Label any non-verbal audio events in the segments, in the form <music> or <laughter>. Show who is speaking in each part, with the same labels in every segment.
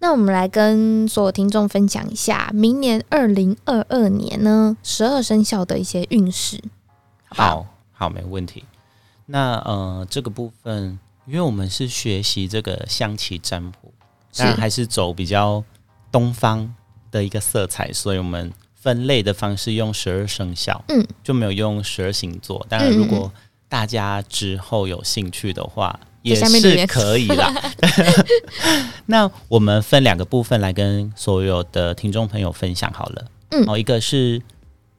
Speaker 1: 那我们来跟所有听众分享一下，明年二零二二年呢，十二生肖的一些运势，好不好？
Speaker 2: 好好，没问题。那呃，这个部分，因为我们是学习这个象棋占卜，
Speaker 1: 是
Speaker 2: 当然还是走比较东方的一个色彩，所以我们分类的方式用十二生肖，
Speaker 1: 嗯，
Speaker 2: 就没有用十二星座。当
Speaker 1: 嗯
Speaker 2: 然，
Speaker 1: 嗯嗯
Speaker 2: 如果大家之后有兴趣的话，
Speaker 1: 在
Speaker 2: 也
Speaker 1: 下面留
Speaker 2: 是
Speaker 1: 言
Speaker 2: 可
Speaker 1: <laughs>
Speaker 2: 以啦。那我们分两个部分来跟所有的听众朋友分享好了。
Speaker 1: 嗯
Speaker 2: 哦，一个是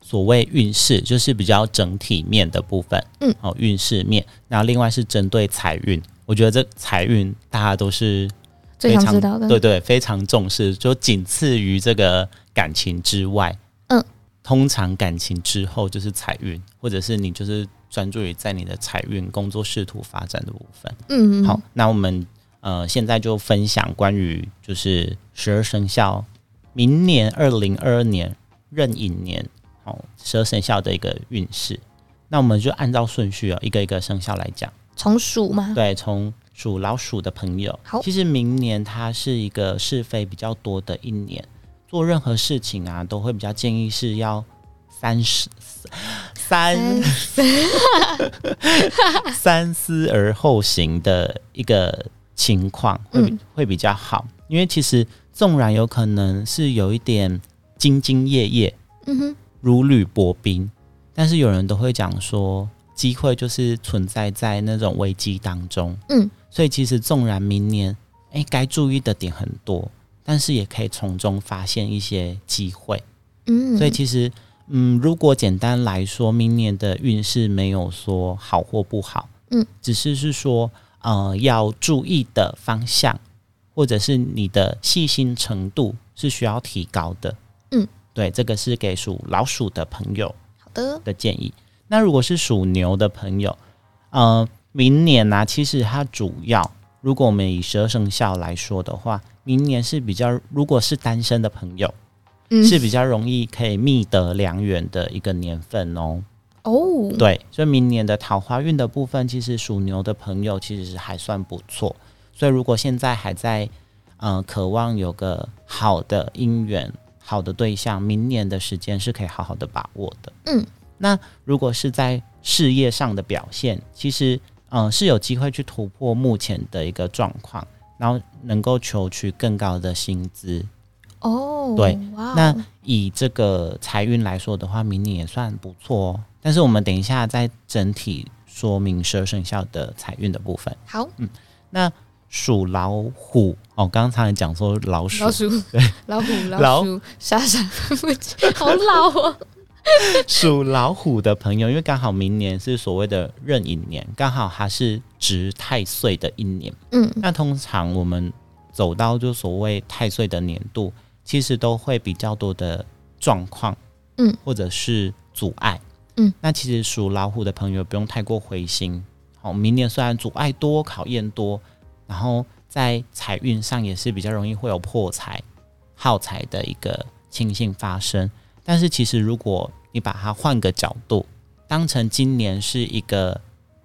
Speaker 2: 所谓运势，就是比较整体面的部分。
Speaker 1: 嗯，
Speaker 2: 哦，运势面，然后另外是针对财运。我觉得这财运大家都是
Speaker 1: 最
Speaker 2: 非
Speaker 1: 想
Speaker 2: 常
Speaker 1: 知道的，
Speaker 2: 对对，非常重视，就仅次于这个感情之外。
Speaker 1: 嗯，
Speaker 2: 通常感情之后就是财运，或者是你就是专注于在你的财运、工作仕途发展的部分。
Speaker 1: 嗯，
Speaker 2: 好，，那我们呃现在就分享关于就是十二生肖，明年二零二二年壬寅年，好、十二生肖的一个运势。那我们就按照顺序哦，一个一个生肖来讲。
Speaker 1: 从属嘛，
Speaker 2: 对，从属老鼠的朋友，
Speaker 1: 好
Speaker 2: 其实明年它是一个是非比较多的一年，做任何事情啊，都会比较建议是要三思三
Speaker 1: <laughs>
Speaker 2: 三思而后行的一个情况，会比、
Speaker 1: 嗯
Speaker 2: 会比较好。因为其实纵然有可能是有一点兢兢业业、
Speaker 1: 嗯哼，
Speaker 2: 如履薄冰，但是有人都会讲说，机会就是存在在那种危机当中。
Speaker 1: 嗯，
Speaker 2: 所以其实纵然明年哎该注意的点很多，但是也可以从中发现一些机会。
Speaker 1: 嗯，
Speaker 2: 所以其实，嗯，如果简单来说，明年的运势没有说好或不好，
Speaker 1: 嗯，
Speaker 2: 只是是说，呃，要注意的方向，或者是你的细心程度是需要提高的。
Speaker 1: 嗯，
Speaker 2: 对，这个是给属老鼠的朋友
Speaker 1: 好的，
Speaker 2: 的建议。那如果是属牛的朋友，呃，明年呢、其实它主要，如果我们以十二生肖来说的话，明年是比较，如果是单身的朋友。
Speaker 1: 嗯，
Speaker 2: 是比较容易可以觅得良缘的一个年份哦。
Speaker 1: 哦，
Speaker 2: 对，所以明年的桃花运的部分，其实属牛的朋友其实是还算不错。所以如果现在还在嗯、呃渴望有个好的姻缘、好的对象，明年的时间是可以好好的把握的。
Speaker 1: 嗯，
Speaker 2: 那如果是在事业上的表现，其实嗯、呃是有机会去突破目前的一个状况，然后能够求取更高的薪资。
Speaker 1: 哦，
Speaker 2: 对，
Speaker 1: 哇哦，
Speaker 2: 那以这个财运来说的话，明年也算不错哦。但是我们等一下再整体说明十二生肖的财运的部分。
Speaker 1: 好，
Speaker 2: 属老虎哦，刚才讲说老鼠
Speaker 1: 老，鼠，老虎，老
Speaker 2: 老
Speaker 1: 鼠，傻傻分不
Speaker 2: <laughs>
Speaker 1: 清，好老哦，
Speaker 2: 属老虎的朋友，因为刚好明年是所谓的壬寅年，刚好它是值太岁的一年。
Speaker 1: 嗯，
Speaker 2: 那通常我们走到就所谓太岁的年度，其实都会比较多的状况，
Speaker 1: 嗯，
Speaker 2: 或者是阻碍，
Speaker 1: 嗯。
Speaker 2: 那其实属老虎的朋友不用太过灰心，好、明年虽然阻碍多、考验多，然后在财运上也是比较容易会有破财、耗财的一个情形发生。但是其实如果你把它换个角度，当成今年是一个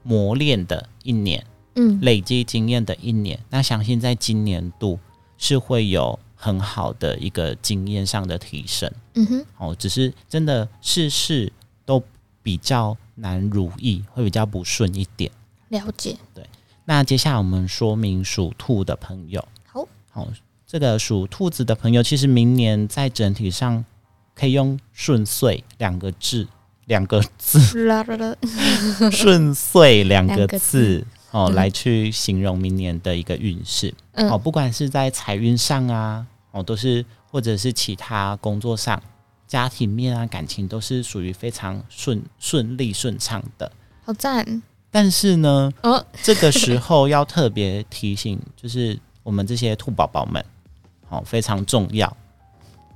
Speaker 2: 磨练的一年。
Speaker 1: 嗯，
Speaker 2: 累积经验的一年，那相信在今年度是会有很好的一个经验上的提升
Speaker 1: 嗯哼，
Speaker 2: 哦。只是真的事事都比较难如意，会比较不顺一点。
Speaker 1: 了解，
Speaker 2: 那接下来我们说明属兔的朋友，
Speaker 1: 好，
Speaker 2: 好、这个属兔子的朋友，其实明年在整体上可以用顺遂两个字，两个字
Speaker 1: 啦啦啦， <laughs>
Speaker 2: 顺遂两
Speaker 1: 两
Speaker 2: 个
Speaker 1: 个字
Speaker 2: 字哦
Speaker 1: 嗯
Speaker 2: 来去形容明年的一个运势。
Speaker 1: 嗯
Speaker 2: 哦，不管是在财运上啊，哦，都是或者是其他工作上、家庭面啊、感情都是属于非常顺顺利顺畅的。
Speaker 1: 好赞
Speaker 2: 但
Speaker 1: <laughs>
Speaker 2: 是呢，
Speaker 1: 哦，
Speaker 2: 这个时候要特别提醒，就是我们这些兔宝宝们，哦，非常重要。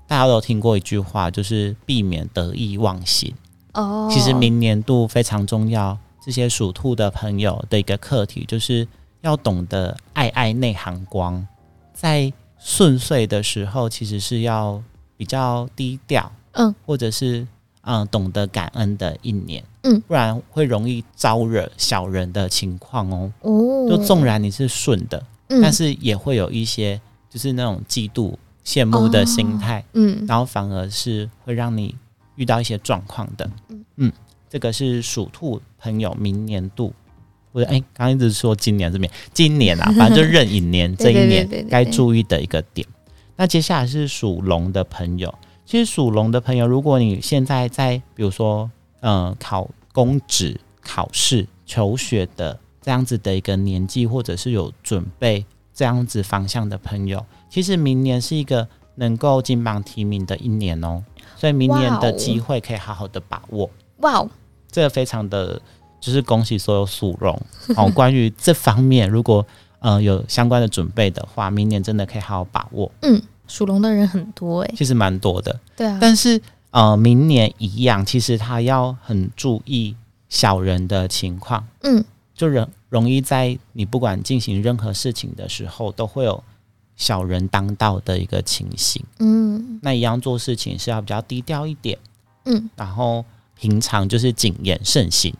Speaker 2: 大家都有听过一句话，就是避免得意忘形。
Speaker 1: 哦，
Speaker 2: 其实明年度非常重要，这些属兔的朋友的一个课题，就是要懂得爱爱内涵光，在顺遂的时候，其实是要比较低调，
Speaker 1: 嗯，
Speaker 2: 或者是嗯、呃懂得感恩的一年，
Speaker 1: 嗯
Speaker 2: 不然会容易招惹小人的情况哦。
Speaker 1: 哦，
Speaker 2: 就纵然你是顺的，
Speaker 1: 嗯，
Speaker 2: 但是也会有一些就是那种嫉妒、羡慕
Speaker 1: 哦
Speaker 2: 的心态，
Speaker 1: 嗯
Speaker 2: 然后反而是会让你遇到一些状况的
Speaker 1: 嗯。
Speaker 2: 嗯，这个是属兔朋友明年度，或者哎，刚刚一直说今年这边，今年
Speaker 1: <laughs>
Speaker 2: 啊，反正就壬寅年这
Speaker 1: 对
Speaker 2: 一
Speaker 1: 对对
Speaker 2: 年
Speaker 1: 对对对
Speaker 2: 该注意的一个点。那接下来是属龙的朋友，其实属龙的朋友，如果你现在在比如说嗯、呃考公职、考试、求学的这样子的一个年纪，或者是有准备这样子方向的朋友，其实明年是一个能够金榜题名的一年哦，所以明年
Speaker 1: 哇哦
Speaker 2: 的机会可以好好的把握。
Speaker 1: 哇哦，
Speaker 2: 这个非常的，就是恭喜所有属龙哦。关于这方面，如果呃有相关的准备的话，明年真的可以好好把握，
Speaker 1: 嗯，属龙的人很多哎、
Speaker 2: 其实蛮多的。
Speaker 1: 对啊，
Speaker 2: 但是呃，明年一样，其实他要很注意小人的情况，
Speaker 1: 嗯，
Speaker 2: 就容容易在你不管进行任何事情的时候，都会有小人当道的一个情形。
Speaker 1: 嗯
Speaker 2: 那一样做事情是要比较低调一点，
Speaker 1: 嗯
Speaker 2: 然后平常就是谨言慎行。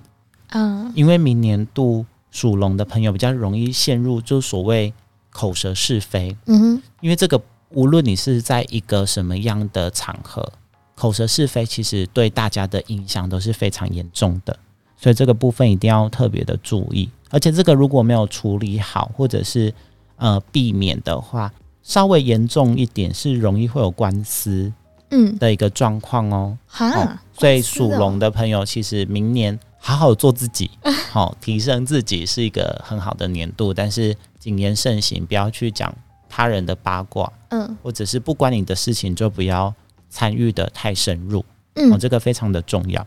Speaker 1: 啊，
Speaker 2: 因为明年度属龙的朋友比较容易陷入就所谓口舌是非，
Speaker 1: 嗯哼，
Speaker 2: 因为这个无论你是在一个什么样的场合，口舌是非其实对大家的影响都是非常严重的，所以这个部分一定要特别的注意。而且这个如果没有处理好，或者是呃避免的话，稍微严重一点是容易会有官司
Speaker 1: 嗯
Speaker 2: 的一个状况哦。哦
Speaker 1: 哈，
Speaker 2: 所以
Speaker 1: 公司
Speaker 2: 属
Speaker 1: 哦
Speaker 2: 龙的朋友，其实明年好好做自己，好、提升自己是一个很好的年度，但是谨言慎行，不要去讲他人的八卦，
Speaker 1: 嗯
Speaker 2: 或者是不关你的事情就不要参与的太深入，哦，
Speaker 1: 嗯
Speaker 2: 这个非常的重要。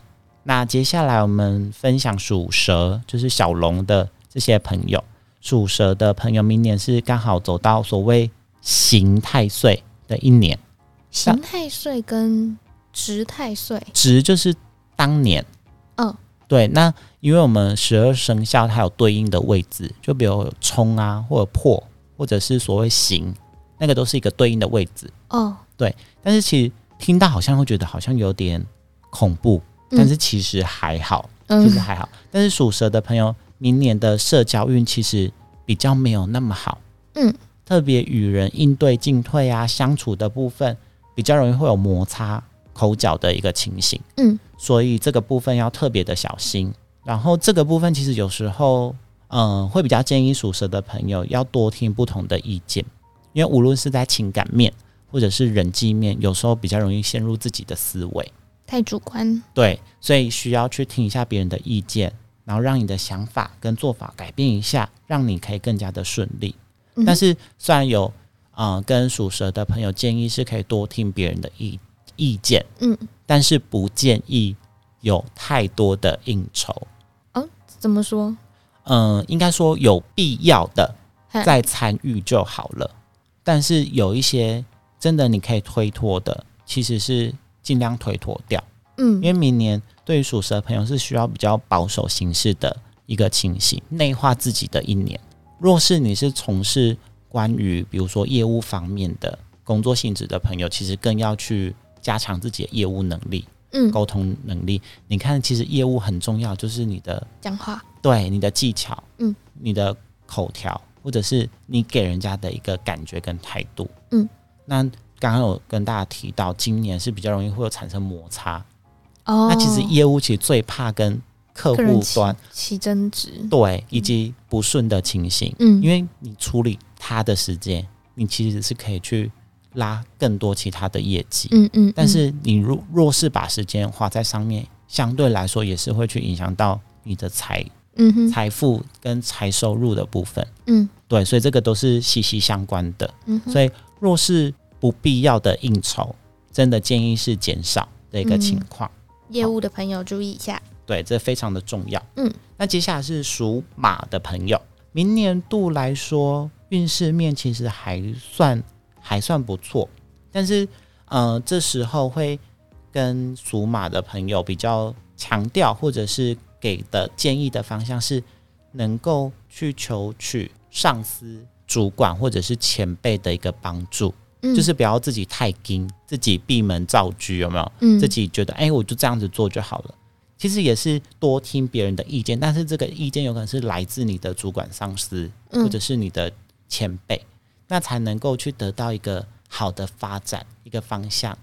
Speaker 2: 那接下来我们分享属蛇，就是小龙的这些朋友，属蛇的朋友明年是刚好走到所谓刑太岁的一年，
Speaker 1: 刑太岁跟值太岁，
Speaker 2: 值就是当年。
Speaker 1: 嗯
Speaker 2: 对，那因为我们十二生肖它有对应的位置，就比如有冲啊，或者破，或者是所谓刑，那个都是一个对应的位置。
Speaker 1: 哦，
Speaker 2: 但是其实听到好像会觉得好像有点恐怖，
Speaker 1: 嗯
Speaker 2: 但是其实还好，
Speaker 1: 嗯
Speaker 2: 其实还好。但是属蛇的朋友，明年的社交运其实比较没有那么好。
Speaker 1: 嗯，
Speaker 2: 特别与人应对进退啊，相处的部分比较容易会有摩擦、口角的一个情形。
Speaker 1: 嗯，
Speaker 2: 所以这个部分要特别的小心。然后这个部分其实有时候，嗯、会比较建议属蛇的朋友要多听不同的意见，因为无论是在情感面或者是人际面，有时候比较容易陷入自己的思维。
Speaker 1: 太主观，
Speaker 2: 对，所以需要去听一下别人的意见，然后让你的想法跟做法改变一下，让你可以更加的顺利。
Speaker 1: 嗯
Speaker 2: 但是虽然有啊、呃跟属蛇的朋友建议是可以多听别人的意意见，
Speaker 1: 嗯，
Speaker 2: 但是不建议有太多的应酬。
Speaker 1: 怎么说？
Speaker 2: 嗯、应该说有必要的
Speaker 1: 嗨
Speaker 2: 再参与就好了。但是有一些真的你可以推脱的，其实是尽量推脱掉。
Speaker 1: 嗯
Speaker 2: 因为明年对于属蛇的朋友是需要比较保守形式的一个情形，内化自己的一年。若是你是从事关于比如说业务方面的工作性质的朋友，其实更要去加强自己的业务能力、
Speaker 1: 嗯，
Speaker 2: 沟通能力。你看，其实业务很重要，就是你的
Speaker 1: 讲话，
Speaker 2: 对你的技巧，
Speaker 1: 嗯，
Speaker 2: 你的口条，或者是你给人家的一个感觉跟态度，
Speaker 1: 嗯。
Speaker 2: 那刚刚有跟大家提到，今年是比较容易会有产生摩擦，
Speaker 1: 哦，
Speaker 2: 那其实业务其实最怕跟客
Speaker 1: 个人
Speaker 2: 户
Speaker 1: 起
Speaker 2: 端
Speaker 1: 起争执，
Speaker 2: 对以及不顺的情形，
Speaker 1: 嗯，
Speaker 2: 因为你处理他的时间，你其实是可以去拉更多其他的业绩。
Speaker 1: 嗯嗯，
Speaker 2: 但
Speaker 1: 嗯
Speaker 2: 是你若若是把时间花在上面，相对来说也是会去影响到你的财
Speaker 1: 嗯哼，
Speaker 2: 财富跟财收入的部分。
Speaker 1: 嗯
Speaker 2: 对，所以这个都是息息相关的。
Speaker 1: 嗯哼，
Speaker 2: 所以若是不必要的应酬，真的建议是减少的一个情
Speaker 1: 嗯
Speaker 2: 况。
Speaker 1: 业务的朋友注意一下，
Speaker 2: 对，这非常的重要。
Speaker 1: 嗯，
Speaker 2: 那接下来是属马的朋友，明年度来说运势面其实还算还算不错，但是呃，这时候会跟属马的朋友比较强调，或者是给的建议的方向是能够去求取上司、主管或者是前辈的一个帮助，
Speaker 1: 嗯，
Speaker 2: 就是不要自己太精，自己闭门造车，有没有？
Speaker 1: 嗯
Speaker 2: 自己觉得，哎、我就这样子做就好了。其实也是多听别人的意见，但是这个意见有可能是来自你的主管、上司，
Speaker 1: 嗯
Speaker 2: 或者是你的前辈。那才能够去得到一个好的发展，一个方向，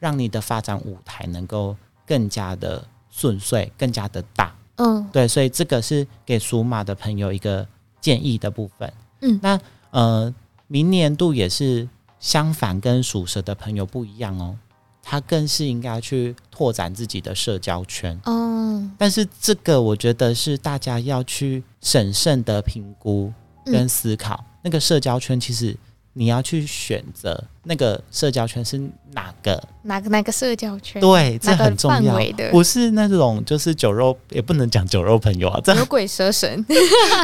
Speaker 2: 让你的发展舞台能够更加的顺遂，更加的大。
Speaker 1: 嗯
Speaker 2: 对，所以这个是给属马的朋友一个建议的部分。
Speaker 1: 嗯
Speaker 2: 那呃，明年度也是相反，跟属蛇的朋友不一样哦，他更是应该去拓展自己的社交圈。
Speaker 1: 哦，
Speaker 2: 但是这个我觉得是大家要去审慎的评估跟
Speaker 1: 嗯
Speaker 2: 思考，那个社交圈其实你要去选择那个社交圈是哪个，
Speaker 1: 哪个哪个社交圈？
Speaker 2: 对，这
Speaker 1: 哪个
Speaker 2: 很重
Speaker 1: 范
Speaker 2: 要
Speaker 1: 围的，
Speaker 2: 不是那种就是酒肉，也不能讲酒肉朋友啊，这
Speaker 1: 牛鬼蛇神。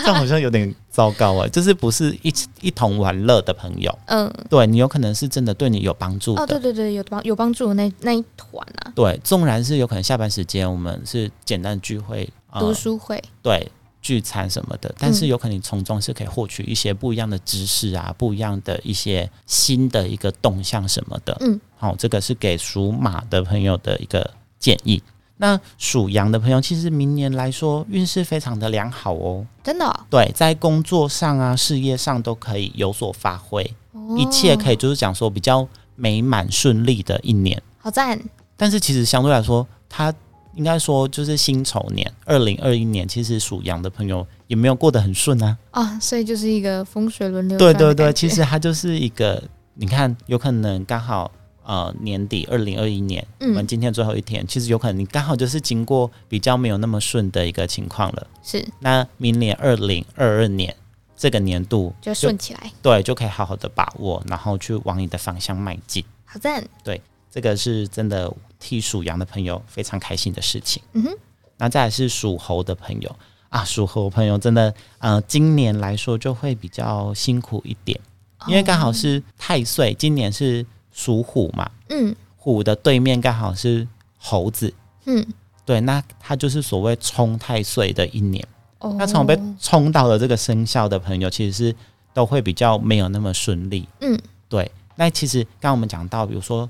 Speaker 2: 这样好像有点糟糕啊，就是不是一起一同玩乐的朋友，
Speaker 1: 嗯，
Speaker 2: 对你有可能是真的对你有帮助的。
Speaker 1: 哦，对对对，有帮有帮助的那那一团啊，
Speaker 2: 对纵然是有可能下班时间我们是简单的聚会，呃
Speaker 1: 读书会。
Speaker 2: 对聚餐什么的，但是
Speaker 1: 嗯
Speaker 2: 有可能你从中是可以获取一些不一样的知识啊，不一样的一些新的一个动向什么的。
Speaker 1: 嗯，
Speaker 2: 好、这个是给属马的朋友的一个建议。那属羊的朋友，其实明年来说运势非常的良好哦。
Speaker 1: 真的哦，
Speaker 2: 对，在工作上啊、事业上都可以有所发挥，
Speaker 1: 哦
Speaker 2: 一切可
Speaker 1: 以，
Speaker 2: 以就是讲说比较美满顺利的一年。
Speaker 1: 好赞。
Speaker 2: 但是其实相对来说，它应该说就是辛丑年，二零二一年其实属羊的朋友也没有过得很顺啊。
Speaker 1: 啊，所以就是一个风水轮流转
Speaker 2: 对
Speaker 1: 的
Speaker 2: 对对，
Speaker 1: 感觉
Speaker 2: 其实它就是一个，你看有可能刚好。呃，年底二零二一年，我们
Speaker 1: 嗯
Speaker 2: 今天最后一天，其实有可能你刚好就是经过比较没有那么顺的一个情况了。
Speaker 1: 是
Speaker 2: 那明年二零二二年这个年度，
Speaker 1: 就顺起来，
Speaker 2: 对，就可以好好的把握，然后去往你的方向迈进。
Speaker 1: 好赞。
Speaker 2: 这个是真的替属羊的朋友非常开心的事情。
Speaker 1: 嗯哼，
Speaker 2: 那再来是属猴的朋友啊，属猴朋友真的，呃，今年来说就会比较辛苦一点，因为刚好
Speaker 1: 哦
Speaker 2: 是太岁，今年是属虎嘛，
Speaker 1: 嗯
Speaker 2: 虎的对面刚好是猴子，
Speaker 1: 嗯，
Speaker 2: 对，那它就是所谓冲太岁的一年。
Speaker 1: 哦，
Speaker 2: 那从被冲到的这个生肖的朋友，其实是都会比较没有那么顺利。
Speaker 1: 嗯，
Speaker 2: 对。那其实刚刚我们讲到，比如说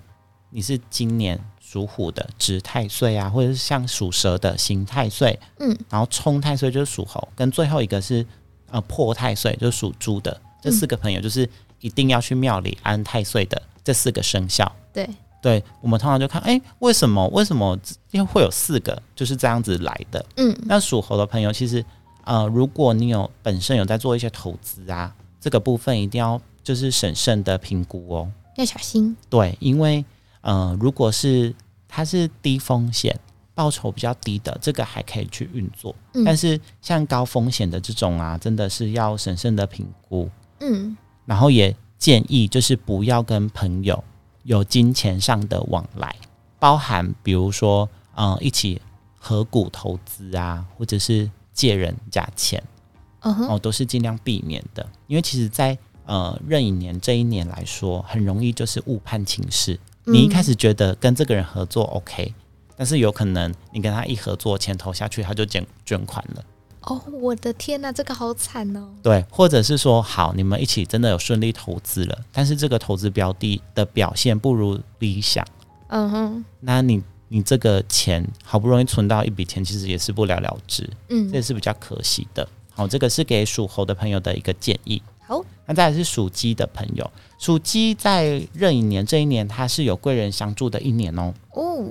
Speaker 2: 你是今年属虎的值太岁啊，或者是像属蛇的刑太岁，
Speaker 1: 嗯，
Speaker 2: 然后冲太岁就是属猴，跟最后一个是呃破太岁，就是属猪的。这
Speaker 1: 嗯
Speaker 2: 四个朋友就是一定要去庙里安太岁的这四个生肖。
Speaker 1: 对，
Speaker 2: 对我们通常就看，哎、为什么为什么因为会有四个就是这样子来的？
Speaker 1: 嗯
Speaker 2: 那属猴的朋友，其实呃，如果你有本身有在做一些投资啊，这个部分一定要就是审慎的评估哦。
Speaker 1: 要小心。
Speaker 2: 对，因为呃，如果是它是低风险、报酬比较低的，这个还可以去运作。
Speaker 1: 嗯
Speaker 2: 但是像高风险的这种啊，真的是要审慎的评估，
Speaker 1: 嗯，
Speaker 2: 然后也建议就是不要跟朋友有金钱上的往来，包含比如说呃一起合股投资啊，或者是借人家钱
Speaker 1: 嗯哼，
Speaker 2: 哦，都是尽量避免的，因为其实在，呃壬寅年这一年来说，很容易就是误判情势。
Speaker 1: 嗯
Speaker 2: 你一开始觉得跟这个人合作 OK，、但是有可能你跟他一合作，钱投下去他就卷卷款了。
Speaker 1: 嗯哦，我的天呐，这个好惨哦。
Speaker 2: 对，或者是说，好，你们一起真的有顺利投资了，但是这个投资标的的表现不如理想，
Speaker 1: 嗯哼，
Speaker 2: 那你你这个钱好不容易存到一笔钱，其实也是不了了之，这也
Speaker 1: 嗯，
Speaker 2: 是比较可惜的。好，这个是给属猴的朋友的一个建议。
Speaker 1: 好，
Speaker 2: 那再来是属鸡的朋友，属鸡在壬寅年这一年，它是有贵人相助的一年哦。
Speaker 1: 哦，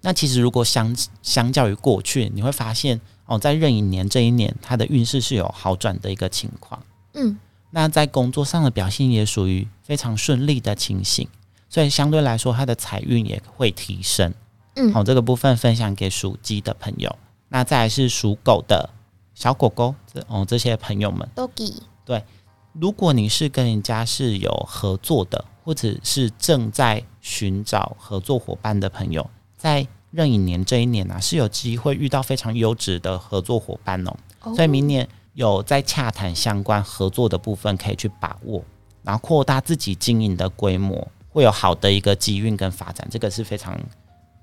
Speaker 2: 那其实如果相相较于过去，你会发现哦，在壬寅年这一年，它的运势是有好转的一个情况。
Speaker 1: 嗯
Speaker 2: 那在工作上的表现也属于非常顺利的情形，所以相对来说，它的财运也会提升。
Speaker 1: 嗯，
Speaker 2: 好、这个部分分享给属鸡的朋友。那再来是属狗的小狗狗，这哦这些朋友们，
Speaker 1: ，doggy，
Speaker 2: 如果你是跟人家是有合作的，或者是正在寻找合作伙伴的朋友，在壬寅年这一年啊，是有机会遇到非常优质的合作伙伴哦。
Speaker 1: 哦
Speaker 2: 所以明年有在洽谈相关合作的部分可以去把握，然后扩大自己经营的规模，会有好的一个机运跟发展，这个是非常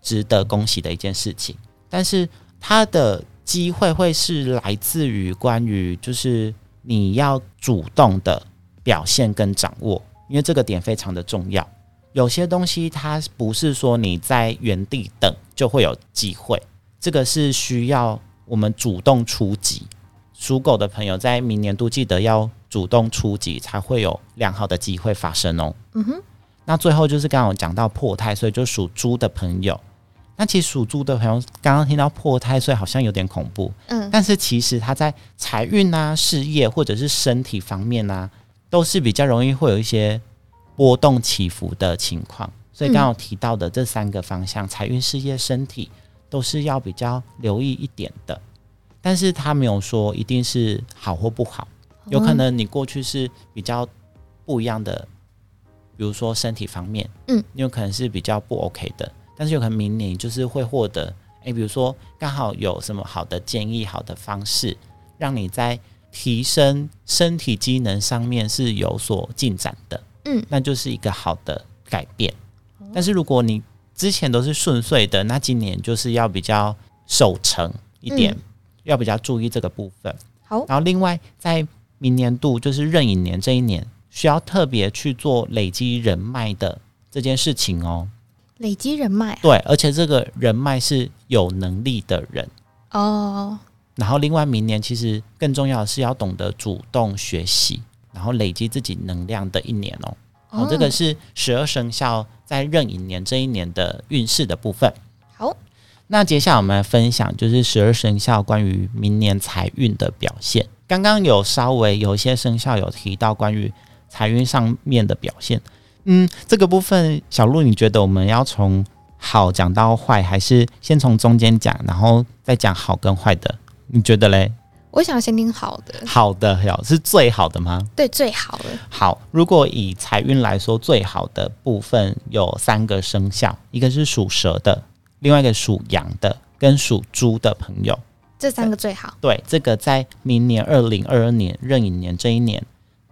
Speaker 2: 值得恭喜的一件事情。但是它的机会会是来自于关于就是你要主动的表现跟掌握，因为这个点非常的重要。有些东西它不是说你在原地等就会有机会，这个是需要我们主动出击。属狗的朋友在明年度记得要主动出击，才会有良好的机会发生哦。
Speaker 1: 嗯哼，
Speaker 2: 那最后就是刚刚有讲到破胎，所以就属猪的朋友。那其实属猪的朋友刚刚听到破胎，所以好像有点恐怖，
Speaker 1: 嗯
Speaker 2: 但是其实他在财运啊、事业或者是身体方面啊，都是比较容易会有一些波动起伏的情况。所以刚刚有提到的这三个方向，财运、事业、身体，都是要比较留意一点的。但是他没有说一定是好或不好，
Speaker 1: 哦
Speaker 2: 有可能你过去是比较不一样的，比如说身体方面，
Speaker 1: 嗯，
Speaker 2: 你有可能是比较不 OK 的，但是有可能明年你就是会获得，诶，比如说刚好有什么好的建议、好的方式，让你在提升身体机能上面是有所进展的，
Speaker 1: 嗯，哦
Speaker 2: 那就是一个好的改变。但是如果你之前都是顺遂的，那今年就是要比较守成一点，
Speaker 1: 嗯
Speaker 2: 要比较注意这个部分。
Speaker 1: 好，
Speaker 2: 然后另外在明年度就是壬寅年这一年，需要特别去做累积人脉的这件事情哦。
Speaker 1: 累积人脉啊
Speaker 2: 对，而且这个人脉是有能力的人。
Speaker 1: 哦，
Speaker 2: 然后另外明年其实更重要的是要懂得主动学习，然后累积自己能量的一年哦。好、
Speaker 1: 哦
Speaker 2: 这个是十二生肖在壬寅年这一年的运势的部分。
Speaker 1: 嗯好，
Speaker 2: 那接下来我们来分享就是十二生肖关于明年财运的表现。刚刚有稍微有一些生肖有提到关于财运上面的表现，嗯，这个部分小鹿你觉得我们要从好讲到坏，还是先从中间讲，然后再讲好跟坏的？你觉得嘞？
Speaker 1: 我想先听好的，
Speaker 2: 好的哟，是最好的吗？
Speaker 1: 对，最好的，
Speaker 2: 好，如果以财运来说，最好的部分有三个生肖，一个是属蛇的，另外一个属羊的，跟属猪的朋友。
Speaker 1: 这三个最好。
Speaker 2: 对，这个在明年二零二二年壬寅年这一年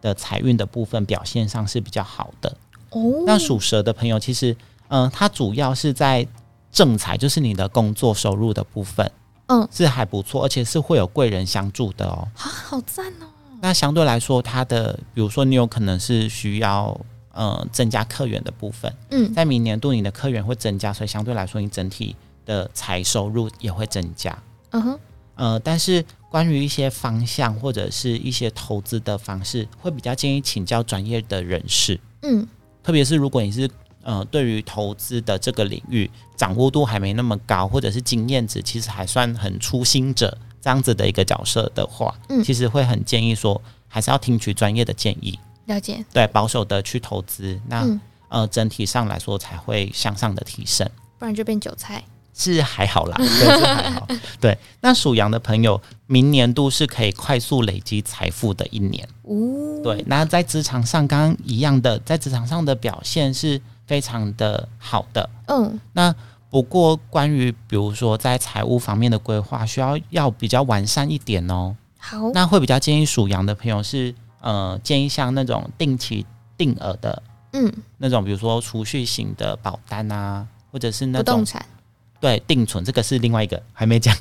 Speaker 2: 的财运的部分表现上是比较好的。
Speaker 1: 哦，
Speaker 2: 那属蛇的朋友，其实，嗯、它主要是在正财，就是你的工作收入的部分，
Speaker 1: 嗯，
Speaker 2: 是还不错，而且是会有贵人相助的哦。
Speaker 1: 啊，好赞哦，
Speaker 2: 那相对来说，它的比如说你有可能是需要呃增加客源的部分，
Speaker 1: 嗯
Speaker 2: 在明年度你的客源会增加，所以相对来说你整体的财收入也会增加。
Speaker 1: 嗯哼，
Speaker 2: 呃，但是关于一些方向或者是一些投资的方式，会比较建议请教专业的人士，
Speaker 1: 嗯
Speaker 2: 特别是如果你是呃对于投资的这个领域掌握度还没那么高，或者是经验值其实还算很初心者这样子的一个角色的话，
Speaker 1: 嗯
Speaker 2: 其实会很建议说还是要听取专业的建议，
Speaker 1: 了解，
Speaker 2: 对保守的去投资，那、
Speaker 1: 嗯
Speaker 2: 呃整体上来说才会向上的提升。
Speaker 1: 不然就变韭菜。
Speaker 2: 是还好啦，对，是还好。对，那属羊的朋友，明年度是可以快速累积财富的一年。
Speaker 1: 哦，
Speaker 2: 对，那在职场上，刚刚一样的，在职场上的表现是非常的好的。
Speaker 1: 嗯，
Speaker 2: 那不过，关于比如说在财务方面的规划，需要要比较完善一点哦。
Speaker 1: 好，
Speaker 2: 那会比较建议属羊的朋友是，呃，建议像那种定期定额的
Speaker 1: 嗯，
Speaker 2: 那种，比如说储蓄型的保单啊，或者是那
Speaker 1: 不
Speaker 2: 种
Speaker 1: 动产
Speaker 2: 对，定存这个是另外一个还
Speaker 1: <laughs>
Speaker 2: 没讲。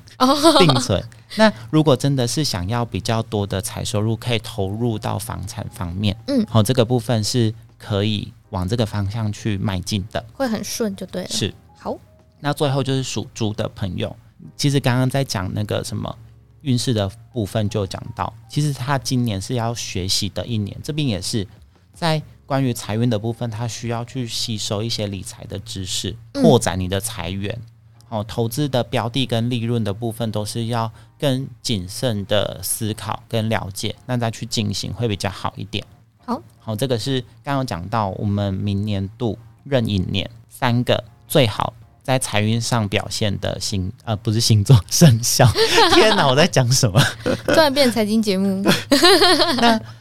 Speaker 2: 定存，那如果真的是想要比较多的财收入，可以投入到房产方面，
Speaker 1: 嗯
Speaker 2: 好、这个部分是可以往这个方向去迈进的。
Speaker 1: 会很顺就对了。
Speaker 2: 是，
Speaker 1: 好，
Speaker 2: 那最后就是属猪的朋友，其实刚刚在讲那个什么运势的部分就讲到，其实他今年是要学习的一年，这边也是在关于财运的部分，他需要去吸收一些理财的知识，
Speaker 1: 嗯
Speaker 2: 拓展你的财源。哦，投资的标的跟利润的部分都是要更谨慎的思考跟了解，那再去进行会比较好一点。
Speaker 1: 好，
Speaker 2: 好，这个是刚刚有讲到我们明年度壬寅年三个最好在财运上表现的星，呃，不是星座生肖。 <laughs> 天哪，我在讲什么？
Speaker 1: 突然变财经节
Speaker 2: <laughs>
Speaker 1: 目，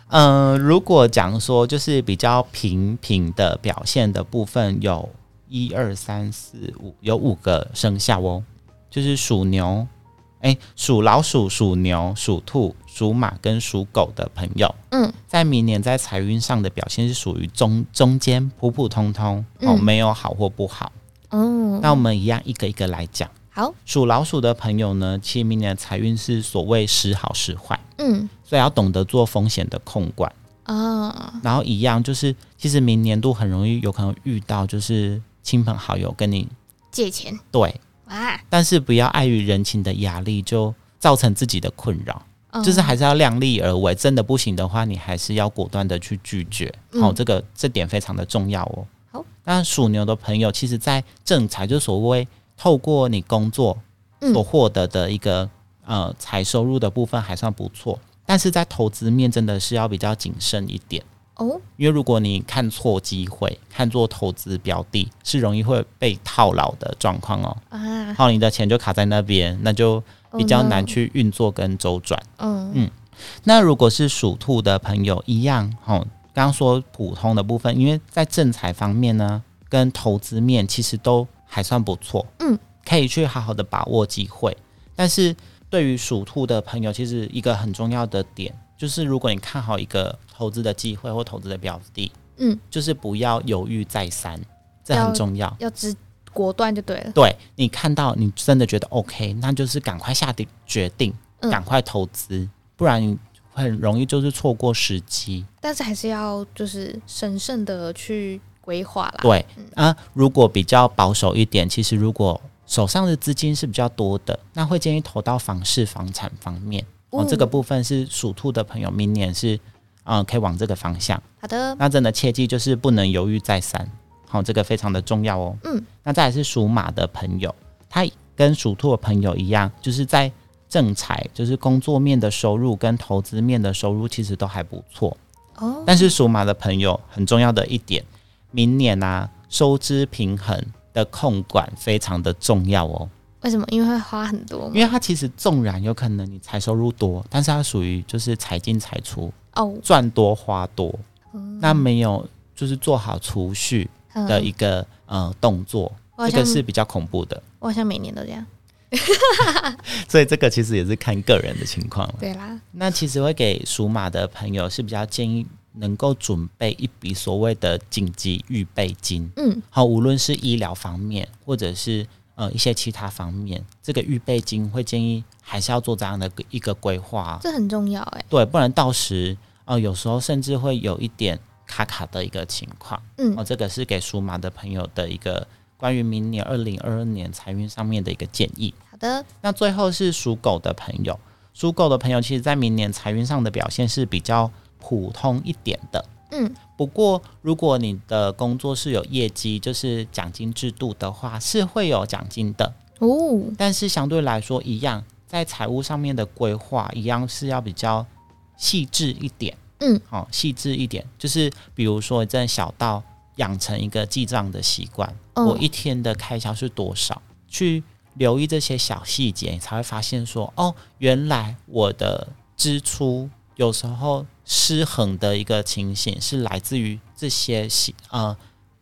Speaker 2: 嗯、如果讲说就是比较平平的表现的部分，有一二三四五，有五个生肖哦，就是属牛，哎，属老鼠、属牛、属兔、属马跟属狗的朋友，
Speaker 1: 嗯，
Speaker 2: 在明年在财运上的表现是属于中中间，普普通通哦，
Speaker 1: 嗯
Speaker 2: 没有好或不好。
Speaker 1: 嗯，
Speaker 2: 那我们一样一个一个来讲。
Speaker 1: 好，
Speaker 2: 属老鼠的朋友呢，其实明年的财运是所谓时好时坏，
Speaker 1: 嗯
Speaker 2: 所以要懂得做风险的控管。
Speaker 1: 啊，
Speaker 2: 然后一样就是，其实明年度很容易有可能遇到就是亲朋好友跟你
Speaker 1: 借钱
Speaker 2: 对，
Speaker 1: 啊，
Speaker 2: 但是不要碍于人情的压力，就造成自己的困扰。
Speaker 1: 嗯、嗯
Speaker 2: 就是还是要量力而为。真的不行的话，你还是要果断的去拒绝。好、
Speaker 1: 嗯
Speaker 2: 这个这点非常的重要哦。
Speaker 1: 好，
Speaker 2: 那属牛的朋友，其实在正财，就所谓透过你工作
Speaker 1: 嗯
Speaker 2: 所获得的一个、呃财收入的部分还算不错，但是在投资面真的是要比较谨慎一点。
Speaker 1: 哦，
Speaker 2: 因为如果你看错机会、看错投资标的，是容易会被套牢的状况
Speaker 1: <laughs>
Speaker 2: 哦。
Speaker 1: 啊，哦
Speaker 2: 好，你的钱就卡在那边，那就比较难去运作跟周转。
Speaker 1: 嗯，
Speaker 2: 嗯那如果是属兔的朋友，一样哦。刚刚说普通的部分，因为在正财方面呢，跟投资面其实都还算不错，
Speaker 1: 嗯，
Speaker 2: 可以去好好的把握机会。但是对于属兔的朋友，其实一个很重要的点就是，如果你看好一个投资的机会或投资的标的，
Speaker 1: 嗯，
Speaker 2: 就是不要犹豫再三，这很重要。
Speaker 1: 要知果断就对了。
Speaker 2: 对你看到你真的觉得 OK，那就是赶快下定决定，
Speaker 1: 嗯
Speaker 2: 赶快投资，不然你会很容易就是错过时机。
Speaker 1: 但是还是要就是审慎的去规划啦。
Speaker 2: 对啊，如果比较保守一点，其实如果手上的资金是比较多的，那会建议投到房市、房产方面。哦，
Speaker 1: 嗯
Speaker 2: 这个部分是属兔的朋友，明年是嗯、呃可以往这个方向。
Speaker 1: 好的，
Speaker 2: 那真的切记就是不能犹豫再三，好、这个非常的重要哦。
Speaker 1: 嗯，
Speaker 2: 那再来是属马的朋友，他跟属兔的朋友一样，就是在正财，就是工作面的收入跟投资面的收入其实都还不错。
Speaker 1: 哦，
Speaker 2: 但是属马的朋友很重要的一点，明年啊收支平衡的控管非常的重要哦，
Speaker 1: 为什么？因为会花很多嘛。
Speaker 2: 因为它其实纵然有可能你财收入多，但是它属于就是财进财出，
Speaker 1: 哦，
Speaker 2: 赚多花多，那没有就是做好储蓄
Speaker 1: 嗯
Speaker 2: 的一个、呃动作，
Speaker 1: 我好
Speaker 2: 这个
Speaker 1: 像
Speaker 2: 是比较恐怖的，
Speaker 1: 我好像每年都这样。
Speaker 2: 所以这个其实也是看个人的情况了。
Speaker 1: 对啦，
Speaker 2: 那其实会给属马的朋友是比较建议能够准备一笔所谓的紧急预备金，
Speaker 1: 嗯，
Speaker 2: 好，无论是医疗方面或者是呃一些其他方面，这个预备金会建议还是要做这样的一个规划，
Speaker 1: 这很重要哎、
Speaker 2: 对，不然到时呃有时候甚至会有一点卡卡的一个情况。哦，
Speaker 1: 嗯，
Speaker 2: 这个是给属马的朋友的一个关于明年二零二二年财运上面的一个建议。
Speaker 1: 好的，
Speaker 2: 那最后是属狗的朋友，属狗的朋友其实在明年财运上的表现是比较普通一点的。
Speaker 1: 嗯，
Speaker 2: 不过如果你的工作是有业绩，就是奖金制度的话，是会有奖金的，
Speaker 1: 哦，
Speaker 2: 但是相对来说一样，在财务上面的规划一样是要比较细致一点。
Speaker 1: 嗯，
Speaker 2: 好、哦，细致一点，就是比如说真的小到养成一个记账的习惯，
Speaker 1: 嗯
Speaker 2: 我一天的开销是多少，去留意这些小细节，你才会发现说，哦，原来我的支出有时候失衡的一个情形是来自于这些细呃，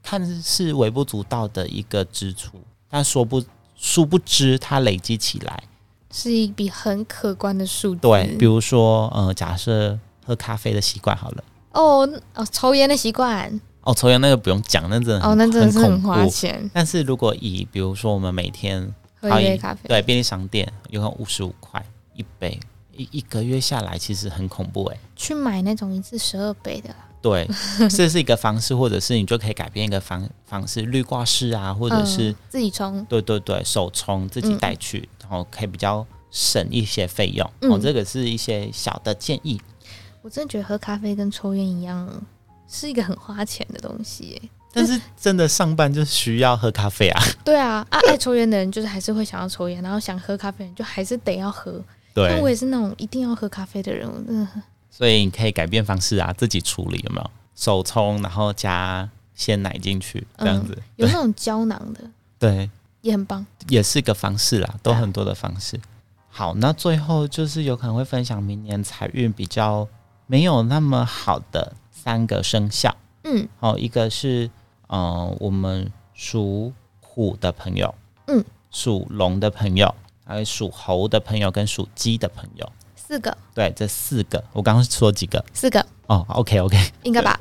Speaker 2: 看似微不足道的一个支出，但说不殊不知它累积起来，
Speaker 1: 是一笔很可观的数字。
Speaker 2: 对，比如说呃，假设喝咖啡的习惯好了。
Speaker 1: 哦哦，抽烟的习惯
Speaker 2: 哦，抽烟那个不用讲，那真的很
Speaker 1: 哦，那真的是很
Speaker 2: 恐
Speaker 1: 花
Speaker 2: 怖
Speaker 1: 钱，
Speaker 2: 但是如果以比如说我们每天
Speaker 1: 喝
Speaker 2: 好
Speaker 1: 一杯
Speaker 2: 一
Speaker 1: 咖啡。
Speaker 2: 对便利商店有可能五十五块一杯，一一个月下来其实很恐怖哎、
Speaker 1: 去买那种一次十二杯的啦， <laughs>
Speaker 2: 对，这是一个方式，或者是你就可以改变一个方方式，绿挂式啊，
Speaker 1: 或
Speaker 2: 或者是、
Speaker 1: 嗯自己冲。
Speaker 2: 对对对，手冲自己带去，然后可以比较省一些费用。哦，
Speaker 1: 嗯
Speaker 2: 这个是一些小的建议。
Speaker 1: 我真的觉得喝咖啡跟抽烟一样，是一个很花钱的东西耶。
Speaker 2: 但是真的上班就需要喝咖啡啊，
Speaker 1: 对啊，啊，爱抽烟的人就是还是会想要抽烟，然后想喝咖啡的人就还是得要喝。但我
Speaker 2: 对，
Speaker 1: 也是那种一定要喝咖啡的人，我真的很
Speaker 2: 所以你可以改变方式啊，自己处理有没有？手冲，然后加鲜奶进去，这样
Speaker 1: 嗯
Speaker 2: 子。
Speaker 1: 有那种胶囊的
Speaker 2: 对，
Speaker 1: 也很棒。
Speaker 2: 也是一个方式啦，都
Speaker 1: 对啊
Speaker 2: 很多的方式。好，那最后就是有可能会分享明年财运比较没有那么好的三个生肖。
Speaker 1: 嗯，
Speaker 2: 哦，一个是嗯、呃我们属虎的朋友，
Speaker 1: 嗯，
Speaker 2: 属龙的朋友，还有属猴的朋友跟属鸡的朋友。
Speaker 1: 四个，
Speaker 2: 对，这四个，我刚刚说几个
Speaker 1: 四个
Speaker 2: 哦？OK OK，
Speaker 1: 应该吧？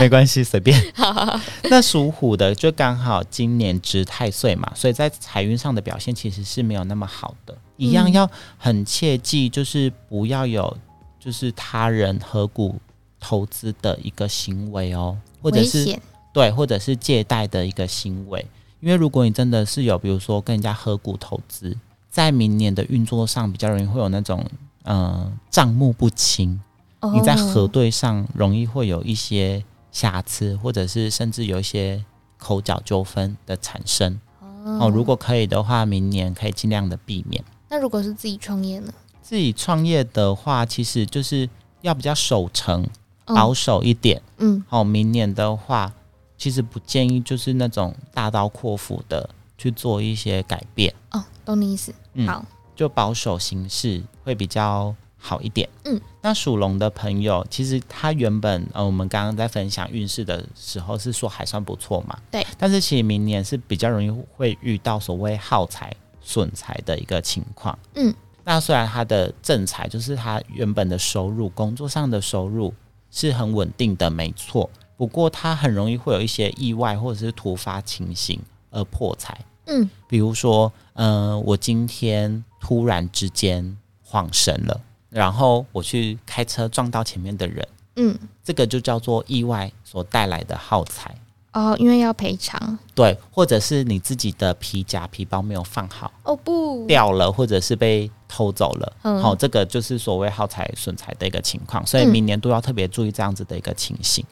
Speaker 2: 没关系，随便。
Speaker 1: <laughs> 好好好，
Speaker 2: 那属虎的就刚好今年值太岁嘛，所以在财运上的表现其实是没有那么好的，一样
Speaker 1: 嗯
Speaker 2: 要很切记，就是不要有就是他人合股投资的一个行为哦，或者
Speaker 1: 危
Speaker 2: 是
Speaker 1: 险
Speaker 2: 对，或者是借贷的一个行为，因为如果你真的是有，比如说跟人家合股投资，在明年的运作上比较容易会有那种嗯、呃账目不清，
Speaker 1: 哦
Speaker 2: 你在核对上容易会有一些瑕疵，或者是甚至有一些口角纠纷的产生。哦，
Speaker 1: 嗯
Speaker 2: 如果可以的话，明年可以尽量的避免。
Speaker 1: 那如果是自己创业呢？
Speaker 2: 自己创业的话，其实就是要比较守成、
Speaker 1: 嗯
Speaker 2: 保守一点。
Speaker 1: 嗯
Speaker 2: 好、明年的话，其实不建议就是那种大刀阔斧的去做一些改变，
Speaker 1: 哦，懂你意思。
Speaker 2: 嗯
Speaker 1: 好，
Speaker 2: 就保守形式会比较好一点。
Speaker 1: 嗯，
Speaker 2: 那属龙的朋友，其实他原本呃，我们刚刚在分享运势的时候是说还算不错嘛，
Speaker 1: 对。
Speaker 2: 但是其实明年是比较容易会遇到所谓耗财损财的一个情况。
Speaker 1: 嗯，
Speaker 2: 那虽然他的正财就是他原本的收入，工作上的收入是很稳定的，没错。不过他很容易会有一些意外或者是突发情形而破财。
Speaker 1: 嗯，
Speaker 2: 比如说，嗯、我今天突然之间晃神了，然后我去开车撞到前面的人，
Speaker 1: 嗯，
Speaker 2: 这个就叫做意外所带来的耗财。
Speaker 1: 哦，因为要赔偿。
Speaker 2: 对，或者是你自己的皮夹、皮包没有放好，
Speaker 1: 哦不，
Speaker 2: 掉了，或者是被偷走了，好、
Speaker 1: 嗯
Speaker 2: 这个就是所谓耗财损财的一个情况，所以
Speaker 1: 嗯
Speaker 2: 明年都要特别注意这样子的一个情形。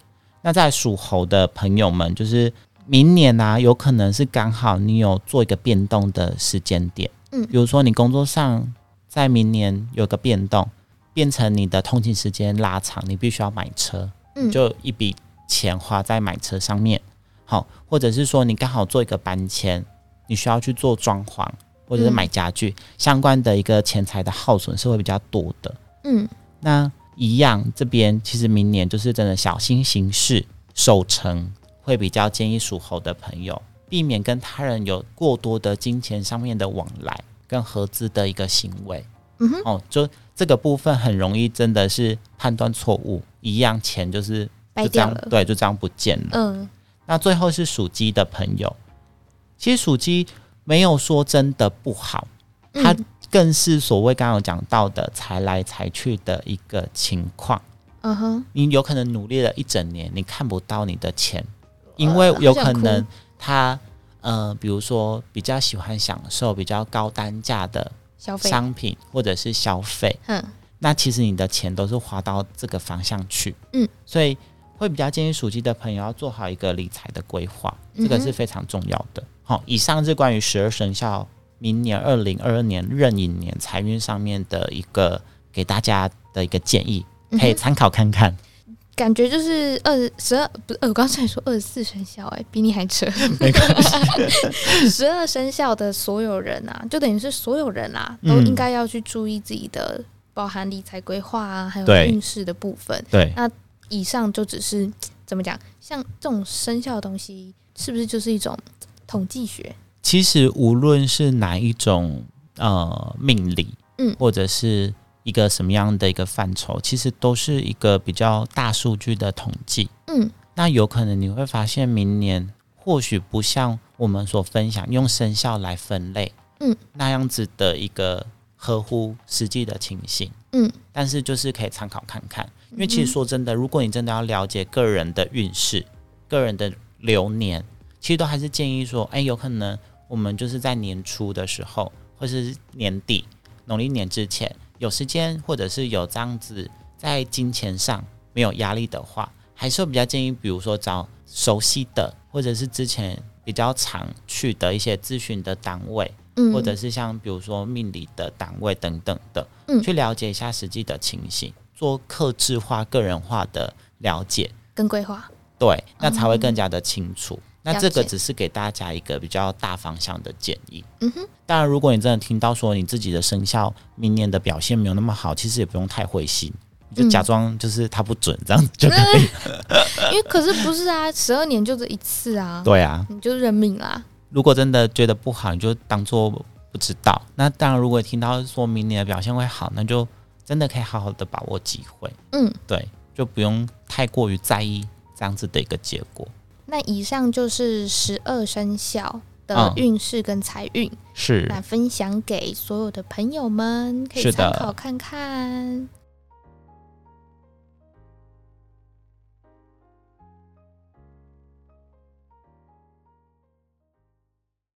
Speaker 2: 那在属猴的朋友们，就是明年呢、有可能是刚好你有做一个变动的时间点，
Speaker 1: 嗯
Speaker 2: 比如说你工作上在明年有个变动，变成你的通勤时间拉长，你必须要买车，
Speaker 1: 嗯
Speaker 2: 就一笔钱花在买车上面，好，或者是说你刚好做一个搬迁，你需要去做装潢或者是买家具、相关的一个钱财的耗损是会比较多的。
Speaker 1: 嗯
Speaker 2: 那一样这边其实明年就是真的小心行事，守成会比较建议属猴的朋友避免跟他人有过多的金钱上面的往来跟合资的一个行为。
Speaker 1: 嗯哼，
Speaker 2: 哦，就这个部分很容易真的是判断错误，一样钱就是
Speaker 1: 掰
Speaker 2: 就这
Speaker 1: 掉
Speaker 2: 样
Speaker 1: 了。
Speaker 2: 对，就这样不见了。
Speaker 1: 嗯
Speaker 2: 那最后是属鸡的朋友，其实属鸡没有说真的不好，
Speaker 1: 嗯
Speaker 2: 他更是所谓刚刚有讲到的财来财去的一个情况。
Speaker 1: 嗯哼，
Speaker 2: 你有可能努力了一整年，你看不到你的钱，因为有可
Speaker 1: 呃好想
Speaker 2: 能他呃，比如说比较喜欢享受比较高单价的
Speaker 1: 消费。
Speaker 2: 商品或者是消费，
Speaker 1: 嗯
Speaker 2: 那其实你的钱都是花到这个方向去，
Speaker 1: 嗯，
Speaker 2: 所以会比较建议属鸡的朋友要做好一个理财的规划，这个
Speaker 1: 嗯哼
Speaker 2: 是非常重要的。好、以上是关于十二生肖明年二零二二年壬寅年财运上面的一个给大家的一个建议，
Speaker 1: 嗯
Speaker 2: 可以
Speaker 1: 哼，
Speaker 2: 参考看
Speaker 1: <laughs>
Speaker 2: 看。
Speaker 1: 感觉就是二十二不是，呃我刚才说二十四生肖，哎，比你还扯。
Speaker 2: <laughs> 没关系，
Speaker 1: <laughs> 十二生肖的所有人啊，就等于是所有人啊，
Speaker 2: 嗯
Speaker 1: 都应该要去注意自己的，包含理财规划啊，还有
Speaker 2: 对
Speaker 1: 运势的部分。
Speaker 2: 对
Speaker 1: 以上就只是怎么讲，像这种生肖的东西，是不是就是一种统计学？
Speaker 2: 其实无论是哪一种呃命理，
Speaker 1: 嗯
Speaker 2: 或者是一个什么样的一个范畴，其实都是一个比较大数据的统计。
Speaker 1: 嗯
Speaker 2: 那有可能你会发现，明年或许不像我们所分享用生肖来分类，
Speaker 1: 嗯，
Speaker 2: 那样子的一个合乎实际的情形。
Speaker 1: 嗯
Speaker 2: 但是就是可以参考看看，因为其实说真的，如果你真的要了解个人的运势、个人的流年，其实都还是建议说，哎，有可能我们就是在年初的时候，或是年底、农历年之前有时间，或者是有这样子在金钱上没有压力的话，还是会比较建议，比如说找熟悉的，或者是之前比较常去的一些咨询的单位，
Speaker 1: 嗯，
Speaker 2: 或者是像比如说命理的单位等等的，
Speaker 1: 嗯
Speaker 2: 去了解一下实际的情形，做客制化、个人化的了解，
Speaker 1: 跟规划。
Speaker 2: 对，那才会更加的清楚。那这
Speaker 1: 哦了
Speaker 2: 个
Speaker 1: 解
Speaker 2: 只是给大家一个比较大方向的建议。
Speaker 1: 嗯哼，
Speaker 2: 当然，如果你真的听到说你自己的生肖明年的表现没有那么好，其实也不用太灰心，你就
Speaker 1: 嗯啊
Speaker 2: 假装就是它不准这样子就可以。
Speaker 1: 因为可是不是啊，十二年就这一次啊，
Speaker 2: <laughs> 对啊，
Speaker 1: 你就认命啦。
Speaker 2: 如果真的觉得不好，你就当做不知道。那当然，如果听到说明年的表现会好，那就真的可以好好的把握机会。
Speaker 1: 嗯，
Speaker 2: 对，就不用太过于在意这样子的一个结果。
Speaker 1: 那以上就是十二生肖的
Speaker 2: 嗯
Speaker 1: 运势跟财运。
Speaker 2: 是
Speaker 1: 那分享给所有的朋友们，可以
Speaker 2: 是的
Speaker 1: 参考看看。